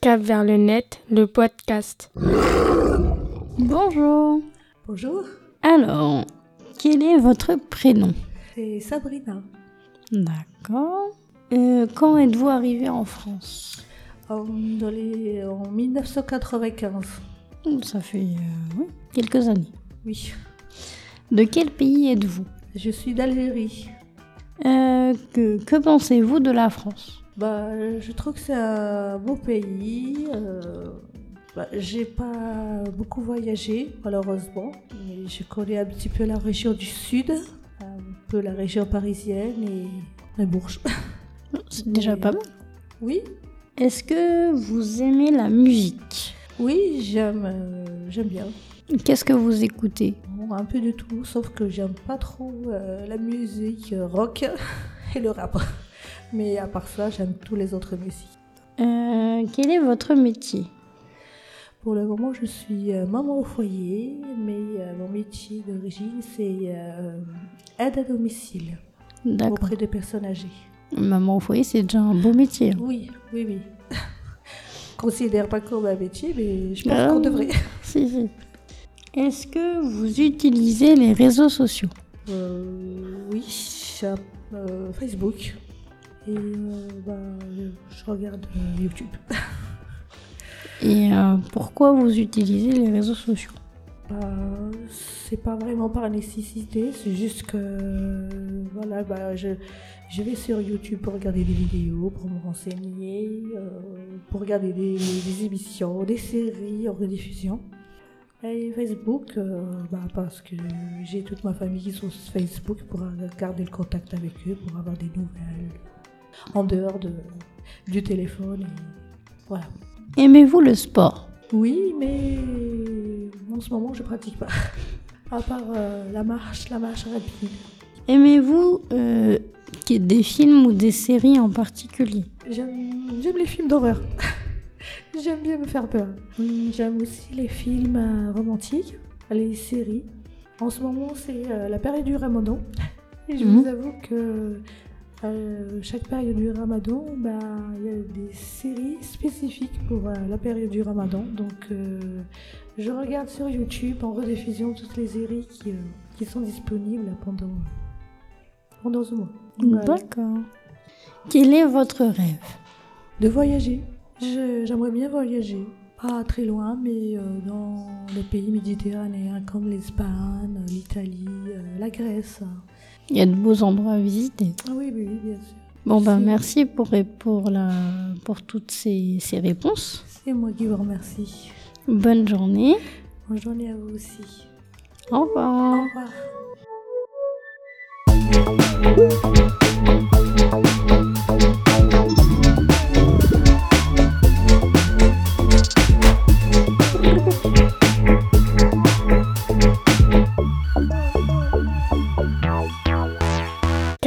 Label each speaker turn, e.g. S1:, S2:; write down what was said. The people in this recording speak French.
S1: Cap vers le net, le podcast.
S2: Bonjour.
S3: Bonjour,
S2: Alors, quel est votre prénom
S3: c'est Sabrina.
S2: D'accord. Euh, quand êtes-vous arrivé en France
S3: En, dans les- en 1995.
S2: Hum, Ça fait euh, oui, quelques années.
S3: Oui,
S2: De quel pays êtes-vous
S3: je suis d'Algérie.
S2: Euh, Que, que pensez-vous de la France
S3: Bah, je trouve que c'est un beau pays. euh, bah, j'ai pas beaucoup voyagé, malheureusement. Mais je connais un petit peu la région du sud, un peu la région parisienne et la Bourges.
S2: C'est déjà pas mal.
S3: Oui,
S2: Est-ce que vous aimez la musique
S3: oui, j'aime, euh, j'aime bien.
S2: Qu'est-ce que vous écoutez
S3: Bon, un peu de tout, sauf que j'aime pas trop euh, la musique euh, rock et le rap. Mais à part ça, j'aime tous les autres musiques.
S2: Euh, Quel est votre métier
S3: Pour le moment, je suis euh, maman au foyer, mais euh, mon métier d'origine, c'est euh, aide à domicile
S2: D'accord.
S3: auprès des personnes âgées.
S2: Maman au foyer, c'est déjà un beau métier. hein.
S3: Oui, oui, oui. Je considère pas comme un métier, mais je pense
S2: Ah.
S3: qu'on devrait.
S2: Si, si. Est-ce que vous utilisez les réseaux sociaux
S3: Euh, oui, ça- euh, Facebook. Et euh, bah, je regarde euh, YouTube.
S2: Et euh, pourquoi vous utilisez les réseaux sociaux
S3: Euh, c'est pas vraiment par nécessité, c'est juste que euh, voilà, bah, je, je vais sur YouTube pour regarder des vidéos, pour me renseigner, euh, pour regarder des, des émissions, des séries en rediffusion. Et Facebook, euh, bah, parce que j'ai toute ma famille qui sont sur Facebook pour euh, garder le contact avec eux, pour avoir des nouvelles en dehors de, du téléphone. et voilà.
S2: Aimez-vous le sport
S3: Oui, mais en ce moment, je pratique pas. À part euh, la marche, la marche rapide.
S2: Aimez-vous euh, qu'il y ait des films ou des séries en particulier
S3: J'aime j'aime les films d'horreur. J'aime bien me faire peur. Hum, J'aime aussi les films euh, romantiques, les séries. En ce moment, c'est euh, la période du ramadan. Et je
S2: Mhm.
S3: vous avoue que euh, chaque période du ramadan, bah, il y a des séries spécifiques pour euh, la période du ramadan. Donc, euh, je regarde sur YouTube en rediffusion toutes les séries qui, euh, qui sont disponibles pendant, pendant ce mois. Voilà.
S2: D'accord. Quel est votre rêve
S3: De voyager. Je- J'aimerais bien voyager. Pas très loin, mais euh, dans les pays méditerranéens comme l'Espagne, l'Italie, euh, la Grèce.
S2: Il y a de beaux endroits à visiter.
S3: Ah oui, oui, oui, bien sûr.
S2: Bon, ben
S3: Si.
S2: merci pour, pour, la, pour toutes ces, ces réponses.
S3: C'est moi qui vous remercie.
S2: Bonne journée.
S3: Bonne journée à vous aussi.
S2: Au revoir.
S3: Au revoir.